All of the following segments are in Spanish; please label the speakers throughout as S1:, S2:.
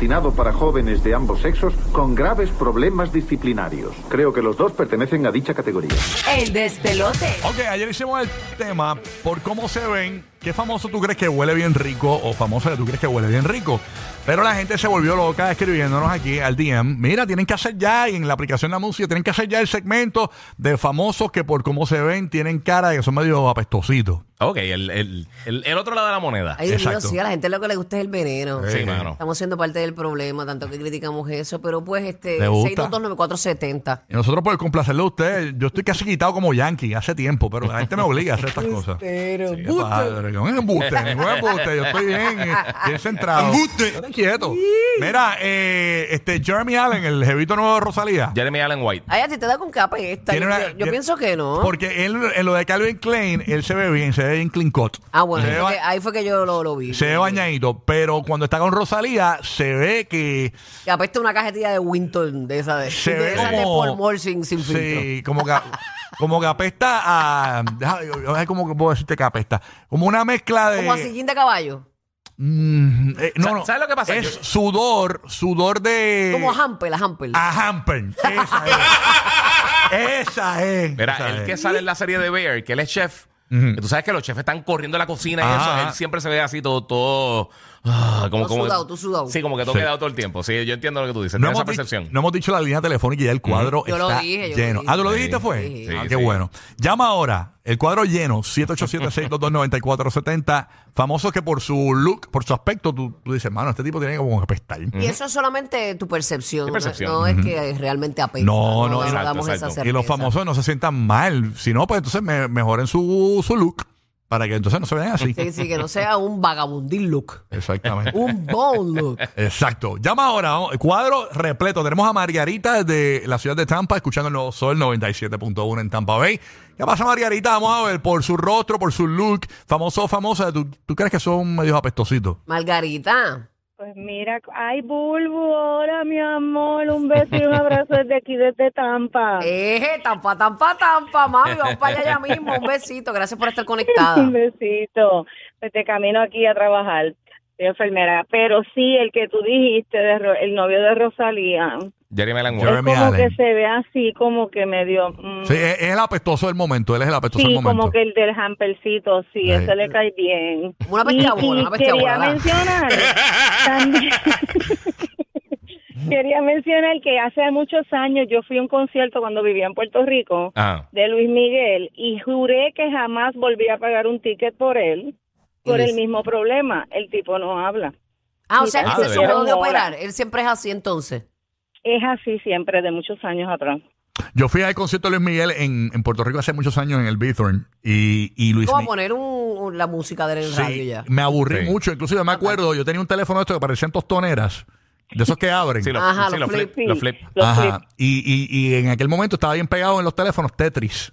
S1: destinado para jóvenes de ambos sexos con graves problemas disciplinarios. Creo que los dos pertenecen a dicha categoría.
S2: El despelote.
S3: Ok, ayer hicimos el tema por cómo se ven, qué famoso tú crees que huele bien rico o famosa que tú crees que huele bien rico. Pero la gente se volvió loca escribiéndonos aquí al DM. Mira, tienen que hacer ya, y en la aplicación de la música, tienen que hacer ya el segmento de famosos que por cómo se ven tienen cara de que son medio apestositos.
S4: Ah, Ok, el, el, el, el otro lado de la moneda.
S2: Ay, Dios mío,
S3: Exacto.
S2: sí, a la gente lo que le gusta es el veneno.
S4: Sí, mano.
S2: Estamos siendo parte del problema, tanto que criticamos eso, pero pues este
S3: ¿Le gusta?
S2: 6229470.
S3: Y nosotros por complacerle a usted, yo estoy casi quitado como yankee hace tiempo, pero la gente me obliga a hacer estas cosas.
S2: Pero
S3: Qué padre, que un embuste, ningún embuste, yo estoy bien, eh, bien centrado. ¡Embuste! quieto. Mira, eh, este Jeremy Allen, el jevito nuevo de Rosalía.
S4: Jeremy Allen White.
S2: Ay, a ti te da con capa esta. Yo,
S3: tiene una-
S2: yo
S3: tiene-
S2: pienso que no.
S3: Porque él, en lo de Calvin Klein, él se ve bien, se ve bien clean cut.
S2: ah, bueno,
S3: se
S2: ahí
S3: ve,
S2: fue,
S3: ba-
S2: que, ahí fue que yo lo, lo vi.
S3: se ve bañadito, pero cuando está con Rosalía, se ve que...
S2: Que apesta una cajetilla de Winton de esa de,
S3: Se
S2: de,
S3: ve
S2: esas de
S3: como-
S2: Paul Moore sin, sin filtro.
S3: Sí, como que, como que apesta a... Déjame, a ver cómo que puedo decirte que apesta. Como una mezcla de...
S2: Como a sillín de caballo.
S3: Mm, eh, no,
S4: Sa-
S3: no.
S4: ¿sabes lo que pasa?
S3: Es
S4: Yo-
S3: sudor, sudor de...
S2: Como a Hampel, a Hampel.
S3: A Hamper. Esa es. Esa es.
S4: Mira,
S3: Esa
S4: el
S3: es.
S4: que sale en la serie de Bear, que él es chef.
S3: Ujú. Ah.
S4: Tú sabes que los chefs están corriendo a la cocina y
S3: Ajá.
S4: eso. Él siempre se ve así todo. todo ah, como,
S2: Todo
S4: como-
S2: sudado, todo sudado.
S4: Sí, como que todo
S3: Sí.
S4: quedado todo el tiempo. Sí, yo entiendo lo que tú dices.
S3: No
S4: Tienes
S3: hemos,
S4: esa percepción. Mm.
S3: dicho, no hemos dicho la línea telefónica y ya el cuadro
S2: Yo lo
S3: está
S2: dije, yo lo
S3: lleno.
S2: dije.
S3: Ah, ¿tú lo
S2: Sí,
S3: dijiste fue?
S2: sí.
S3: Ah,
S4: Sí,
S3: qué
S4: sí.
S3: bueno. Llama ahora. El cuadro lleno, 787-622-9470. Famosos que por su look, por su aspecto, tú, tú dices, mano, este tipo tiene como que apestar.
S2: Y eso es solamente tu percepción.
S4: Mi
S2: no-
S4: percepción.
S2: No, es que realmente apesta.
S3: No, no, exacto,
S2: damos esa
S4: exacto.
S3: Y los
S2: certeza.
S3: famosos no se sientan mal. Si no, pues entonces me- mejoren su, su look para que entonces no se vean así.
S2: Sí, sí, que no sea un vagabundín look.
S3: Exactamente.
S2: Un bone look.
S3: Exacto. Llama ahora. vamos. El cuadro repleto. Tenemos a Margarita de la ciudad de Tampa escuchando el nuevo Sol 97.1 en Tampa Bay. ¿Qué pasa, Margarita? Vamos a ver por su rostro, por su look. Famoso o famosa. ¿Tú, tú crees que son medios apestositos?
S2: Margarita.
S5: Pues mira, ay, Bulbo, hola, mi amor, un beso y un abrazo desde aquí, desde Tampa.
S2: Eh, tampa, tampa, tampa, mami. Vamos para allá ya mismo. Un besito. Gracias por estar conectada.
S5: Un besito. Pues de camino aquí a trabajar, soy enfermera. Pero sí, el que tú dijiste, de Ro- el novio de Rosalía,
S4: Jeremy Allen White.
S3: Jeremy-
S5: es como
S3: Allen.
S5: que se ve así, como que medio... mm,
S3: Sí, es, es el apestoso del momento. Él es el apestoso
S5: sí,
S3: del momento.
S5: como que el del hampercito, sí,
S3: Sí.
S5: eso le cae bien.
S2: Como una pestiabola,
S5: Y- y
S2: una
S5: quería
S2: pestiabola.
S5: mencionar también- quería mencionar que hace muchos años yo fui a un concierto cuando vivía en Puerto Rico
S4: Ah.
S5: de Luis Miguel y juré que jamás volví a pagar un ticket por él por el mismo problema. El tipo no habla.
S2: Ah, o sea, que
S4: Ah,
S2: ese es
S4: de
S2: su
S4: verdad.
S2: modo de operar. Él siempre es así entonces.
S5: Es así siempre, de muchos años atrás.
S3: Yo fui al concierto de Luis Miguel en, en Puerto Rico hace muchos años en el Bithorn. Y, y Luis
S2: Vamos a
S3: Mi-
S2: poner un- un- la música de él en
S3: Sí,
S2: radio ya.
S3: me aburrí
S4: Sí.
S3: mucho. Incluso yo me acuerdo, yo tenía un teléfono de estos que parecían tostoneras. De esos que abren.
S4: Sí, los
S2: Ajá,
S4: sí,
S2: los
S4: los flip.
S5: Sí,
S4: los flip.
S5: los
S3: Ajá.
S5: flip.
S3: Y, y- y en aquel momento estaba bien pegado en los teléfonos Tetris.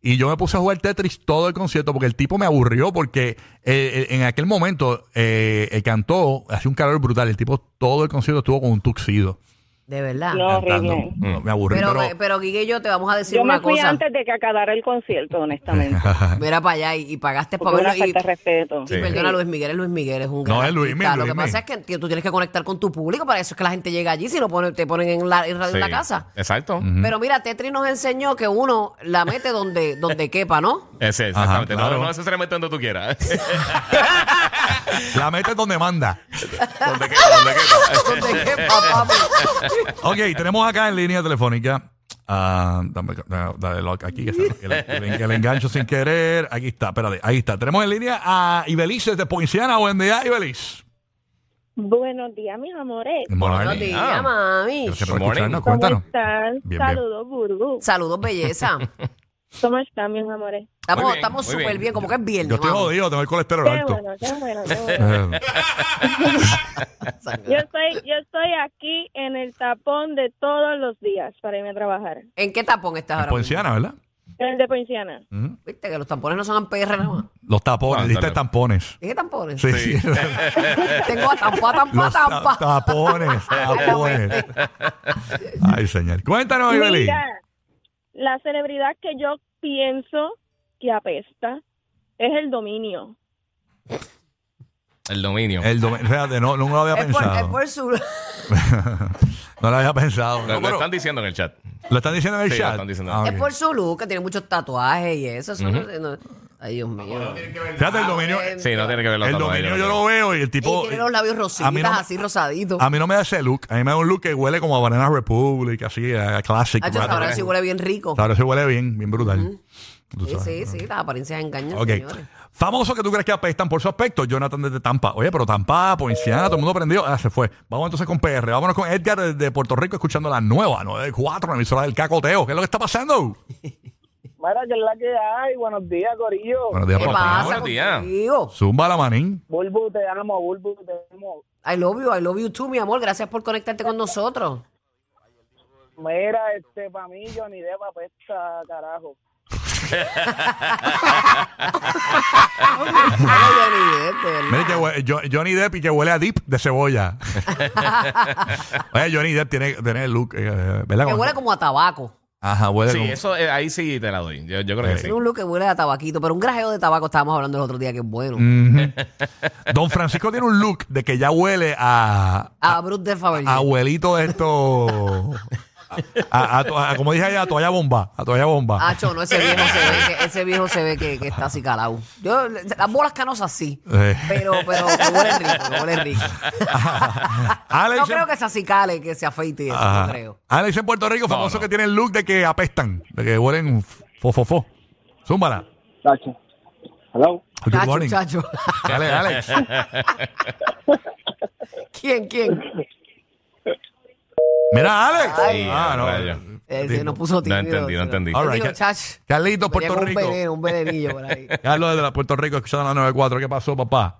S3: Y yo me puse a jugar Tetris todo el concierto porque el tipo me aburrió porque eh, eh, en aquel momento eh, el cantó, hacía un calor brutal. El tipo todo el concierto estuvo con un tuxido.
S2: De verdad.
S5: No,
S3: cantando.
S5: horrible. Mm.
S3: No, Me aburrí,
S2: Pero,
S3: pero...
S2: me- pero Guille y yo te vamos a decir
S5: Yo me
S2: una
S5: fui
S2: cosa.
S5: antes de que acabara el concierto, honestamente.
S2: Mira para allá y, y pagaste para
S5: Porque
S2: verlo.
S5: una
S2: Pues Y,
S5: falta de respeto.
S2: y perdona, Luis Miguel es Luis Miguel, es un gran
S3: es Luis
S2: artista.
S3: Miguel,
S2: Lo que
S3: Luis
S2: pasa
S3: Miguel.
S2: es que t- tú tienes que conectar con tu público, para eso es que la gente llega allí, si no pone- te ponen en, la, en radio en la
S4: Sí,
S2: casa.
S4: Exacto.
S3: Mm.
S2: Pero mira, Tetris nos enseñó que uno la mete donde, donde quepa, ¿no?
S4: Ese, exactamente.
S3: Ajá, claro.
S4: no, no necesariamente donde tú quieras.
S3: La metes donde manda.
S4: donde quieras, donde quieras.
S2: Donde quepa, papi.
S3: Ok, tenemos acá en línea telefónica. ah, dame- dame- dale lock aquí, que, se- que le, que le- que le engancho sin querer. Aquí está, espérate, ahí está. Tenemos en línea a Ibeliz desde Poinciana. Buen día, Ibeliz.
S5: Buenos días, mis amores.
S2: Buenos
S3: Morning.
S2: días,
S4: Ah.
S2: mami.
S3: Gracias por
S4: Good morning.
S3: escucharnos,
S5: ¿Cómo
S3: cuéntanos.
S5: están?
S3: Bien,
S5: Saludos, Burbu.
S2: Saludos, belleza.
S5: ¿Cómo están, mis amores?
S2: Estamos
S4: Muy bien,
S2: estamos
S4: muy
S2: súper bien.
S4: bien.
S2: como que es viernes.
S3: Yo estoy
S2: mami.
S3: jodido, tengo el colesterol
S5: Qué
S3: alto.
S5: bueno, qué bueno, qué bueno.
S3: Eh,
S5: Yo estoy, yo estoy aquí en el tapón de todos los días para irme a trabajar.
S2: ¿En qué tapón estás
S3: en
S2: ahora? mismo?
S3: Poinciana, ¿verdad?
S5: El de Poinciana.
S3: Ujú.
S2: Viste que los tampones no son en PR nada más.
S3: Los tapones,
S4: Ah,
S3: lista de
S4: dale.
S3: tampones.
S2: Dije tampones.
S3: Sí, sí.
S2: Tengo a tampa, tampa,
S3: Los ta-
S2: tampa.
S3: tapones, tapones. Ay, señor. Cuéntanos, Ibeliz.
S5: Mira, la celebridad que yo pienso que apesta es el dominio.
S4: El dominio.
S3: Eh, El dominio, fíjate, no, no lo había
S2: Es por, es
S3: pensado.
S2: por su.
S3: no lo había pensado.
S4: Lo,
S3: No,
S4: lo
S3: pero-
S4: están diciendo en el chat.
S3: ¿Lo están diciendo en el
S4: Sí, lo
S3: chat?
S4: están diciendo.
S3: Ah, ok.
S2: Es por su look, que tiene muchos tatuajes y eso. eso no- no- ay, Dios mío.
S3: Fíjate, el dominio,
S4: Sí, no tiene que ver los
S3: el
S4: tatuajes,
S3: dominio yo
S4: creo.
S3: lo veo y el
S2: Eh, Y
S3: tipo...
S2: tiene los labios rositas,
S3: a mí no me-
S2: así rosaditos.
S3: A mí no me da ese look. A mí me da un look que huele como a Banana Republic, así, a classic.
S2: Ah, yo hasta ahora
S3: rap.
S2: sí huele bien rico.
S3: Ahora sí huele bien, bien brutal. Tú
S2: Sí,
S3: sabes.
S2: sí, sí, las apariencias engañan,
S3: Ok.
S2: señores.
S3: Famoso que tú crees que apestan por su aspecto, Jonathan desde Tampa. Oye, pero Tampa, Poinciana, todo el mundo prendió. Ah, se fue. Vamos entonces con PR. Vámonos con Edgar desde Puerto Rico escuchando la nueva 94, la emisora del cacoteo. ¿Qué es lo que está pasando?
S6: Mira, que es la que hay. Buenos días, Corillo.
S3: Buenos días,
S2: ¿Qué
S3: papá.
S2: pasa
S4: buenos días.
S2: contigo?
S3: Zumba la manín.
S6: Bulbu, te amo, Bulbu, te amo.
S2: I love you, I love you too, mi amor. Gracias por conectarte con nosotros.
S6: Mira, este, para mí, Johnny Depp apesta, carajo.
S2: Ay, Johnny Depp, de verdad.
S3: Mire que hue- Jo- Johnny Depp y que huele a Deep de cebolla. Oye, Johnny Depp tiene, tiene el look, eh, ¿verdad?
S2: Que huele como a tabaco.
S3: Ajá, huele
S4: Sí,
S3: como-
S4: eso eh, ahí sí te la doy. Yo, yo creo que sí.
S2: Tiene un look que huele a tabaquito, pero un grajeo de tabaco estábamos hablando el otro día que es bueno.
S3: Don Francisco tiene un look de que ya huele a,
S2: A Bruce de Fabergé.
S3: Ah, abuelito de esto. A, a- a- a- como dije allá, a toalla bomba. A toalla bomba.
S2: Acho, no, ese viejo se ve que, ese viejo se ve que, que está así calado. Yo, las bolas canosas sí,
S3: Eh.
S2: pero, pero que huele rico, que huele rico.
S3: Alex,
S2: No
S3: en-
S2: creo que se acicale, que se afeite y eso,
S3: Ajá.
S2: no creo.
S3: Alex en Puerto Rico, famoso que tiene el look de que apestan, de que huelen fofofo. Zúmbala.
S6: Tacho. Hello.
S3: Good
S2: Chacho,
S3: morning.
S2: chacho.
S3: Dale, Alex.
S2: ¿Quién, quién?
S3: Mira, Alex.
S4: Ay,
S3: ah, no.
S4: rayo.
S2: Eh,
S3: Digo,
S2: se nos puso tímido.
S4: entendí, no
S2: se-
S4: entendí.
S2: Yo
S3: All right,
S2: digo,
S3: Ca-
S2: chacho.
S3: Carlitos,
S2: venía
S3: Puerto
S2: con
S3: Rico.
S2: Un veneno, un venenillo por ahí.
S3: Carlos de la Puerto Rico, escuchando la 94. ¿Qué pasó, papá?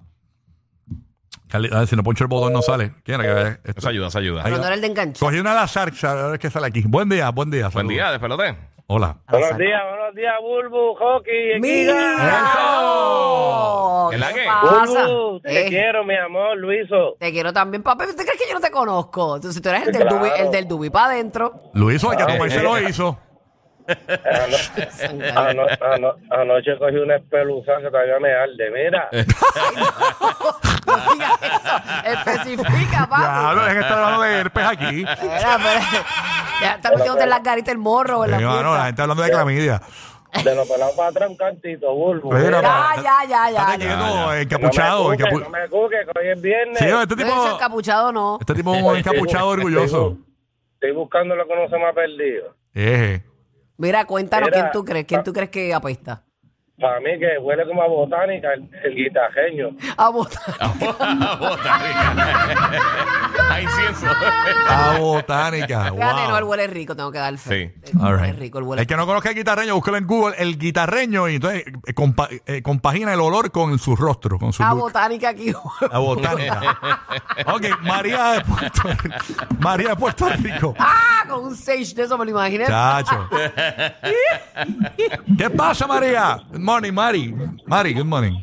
S3: Carli- a ver, si no poncho el botón, no sale. ¿Quién era que ve esto?
S4: Eso ayuda, eso ayuda.
S2: Pero no era el de enganchar.
S3: Cogí una al azar, ahora es que sale aquí. Buen día, buen día.
S4: Buen
S3: saludos.
S4: día, despelote.
S3: Hola.
S6: Buenos días, buenos días, Bulbu, Hockey, Giga.
S2: ¡Mira!
S4: ¡Eso! ¿En la qué?
S2: pasa?
S6: Bulbu, te
S2: Eh,
S6: quiero, mi amor, Luiso.
S2: te quiero también, papá. ¿Tú crees que yo no te conozco? Entonces, tú eres el del Dubi, el del Dubi para adentro.
S3: Lo hizo,
S4: Eh,
S3: hay que tomarse lo hizo.
S6: Ano- ano- anoche cogí una espeluza que todavía me arde, mira.
S2: No digas eso. Especifica,
S3: Ya,
S2: papi.
S3: no, es que está hablando de herpes aquí.
S2: Espera, espera. Ya está metiéndote en las garitas el morro, en la
S3: Eh, pues. mano, la
S2: punta.
S3: gente hablando de clamidia.
S6: De los pelados para atrás un cantito, Bulbu.
S3: Mira,
S6: mira.
S2: Ya, ya, ya, ya.
S3: Está
S2: ya.
S3: quieto,
S4: ya.
S3: eh,
S6: No me
S3: encapuchado.
S6: cuques,
S3: encapu-
S6: no me cuques, que hoy es viernes.
S3: Sí, este
S2: No es
S3: tipo,
S2: encapuchado, no.
S3: este tipo encapuchado orgulloso.
S6: Estoy buscando lo que no se me ha perdido.
S3: Eje.
S2: Mira, cuéntanos
S6: Mira,
S2: quién tú crees. ¿Quién tú crees que apesta?
S6: Para mí que huele como a botánica el, el guitajeño.
S2: A botar.
S3: Ah,
S4: Ah, Hay incienso.
S3: Ah, botánica.
S2: Fíjate, no, el
S3: Wow.
S2: huele rico, tengo que dar fe.
S4: Sí.
S2: El
S3: All
S2: huele
S3: right.
S2: rico, el huele
S3: El que no conozca el guitarreño, búsquelo en Google, el guitarreño, y entonces eh, compa- eh, compagina el olor con su rostro, con su
S2: La
S3: look.
S2: botánica aquí.
S3: La botánica. ok, María de Puerto María de Puerto Rico.
S2: ¡Ah! Con un sage de eso me lo imaginé.
S3: Chacho. ¿Qué pasa, María? Good morning, Mari. Mari, good morning.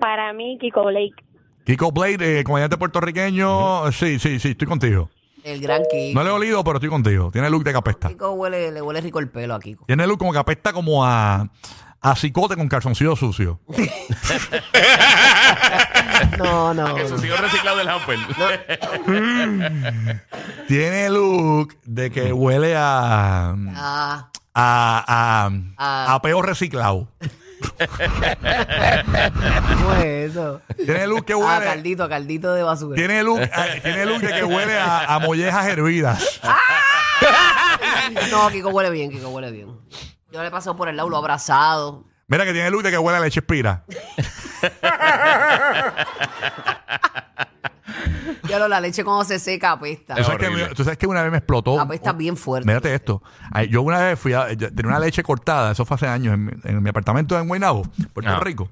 S7: Para mí, Kiko Blake.
S3: Kiko Blade, eh, comediante puertorriqueño. Sí, sí, sí, estoy contigo.
S2: El gran Kiko.
S3: No le he olido, pero estoy contigo. Tiene look de capesta.
S2: Kiko huele, le huele rico el pelo a Kiko.
S3: Tiene look como capesta como a, a cicote con calzoncillo sucio.
S2: No,
S3: Ah,
S2: no.
S4: Que su
S2: no.
S4: tío reciclado del Hamper.
S3: Tiene look de que huele a. a,
S2: Ah,
S3: a,
S2: Ah.
S3: a peo reciclado.
S2: ¿cómo es eso?
S3: Tiene look que
S2: Ah,
S3: huele.
S2: caldito, caldito de basura.
S3: Tiene look, eh, tiene look de que huele a, a mollejas hervidas.
S2: No, Kiko huele bien, Kiko huele bien. Yo le he pasado por el lado, lo he abrazado.
S3: Mira que tiene look de que huele a leche espira.
S2: Ya lo, la leche cuando se seca apesta.
S3: Tú sabes, que,
S4: horrible.
S3: me- tú sabes que una vez me explotó.
S2: Apesta Ah, pues bien fuerte.
S3: Mírate esto. Ay, Yo una vez fui a. yo tenía una leche cortada, eso fue hace años, en, mi- en mi apartamento en Guaynabo, Puerto
S4: Ah.
S3: Rico.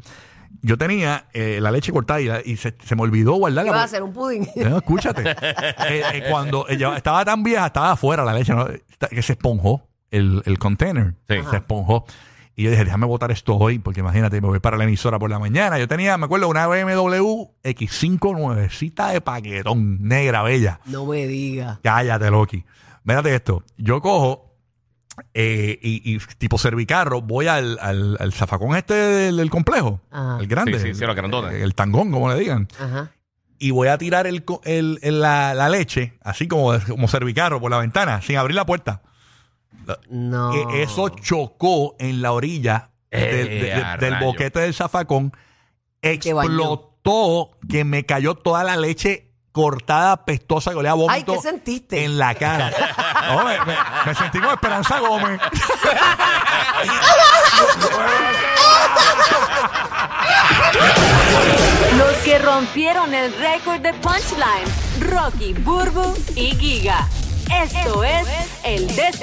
S3: Yo tenía eh, la leche cortada y, la- y se, se me olvidó guardarla.
S2: Iba a
S3: porque-
S2: hacer un pudín.
S3: No, escúchate. Eh, eh, cuando ella estaba tan vieja, estaba afuera la leche, ¿no? Está- que se esponjó el, el container.
S4: Sí.
S3: Se esponjó. Y yo dije, déjame botar esto hoy, porque imagínate, me voy para la emisora por la mañana. Yo tenía, me acuerdo, una BMW X5 nuevecita de paquetón, negra, bella.
S2: No me diga.
S3: Cállate, Loki. Mírate esto. Yo cojo eh, y, y tipo servicarro, voy al, al, al zafacón este del, del complejo,
S2: Ajá.
S3: el grande.
S4: Ah. Sí, sí, sí, los grandotes.
S3: el, el tangón, como le digan.
S2: Ajá.
S3: y voy a tirar el, co- el- el- la, la leche, así como, como cervicarro, por la ventana, sin abrir la puerta.
S2: No.
S3: E- Eso chocó en la orilla del,
S4: Eh,
S3: de- de-
S4: a
S3: del
S4: rayo.
S3: boquete del zafacón.
S2: bañó.
S3: Explotó, que me cayó toda la leche cortada, pestosa, que olía a vómito.
S2: Ay, ¿qué sentiste?
S3: En la cara. No, me, me- me sentí como Esperanza Gómez.
S8: Los que rompieron el récord de punchline, Rocky, Burbu y Giga. Esto es el Despelote.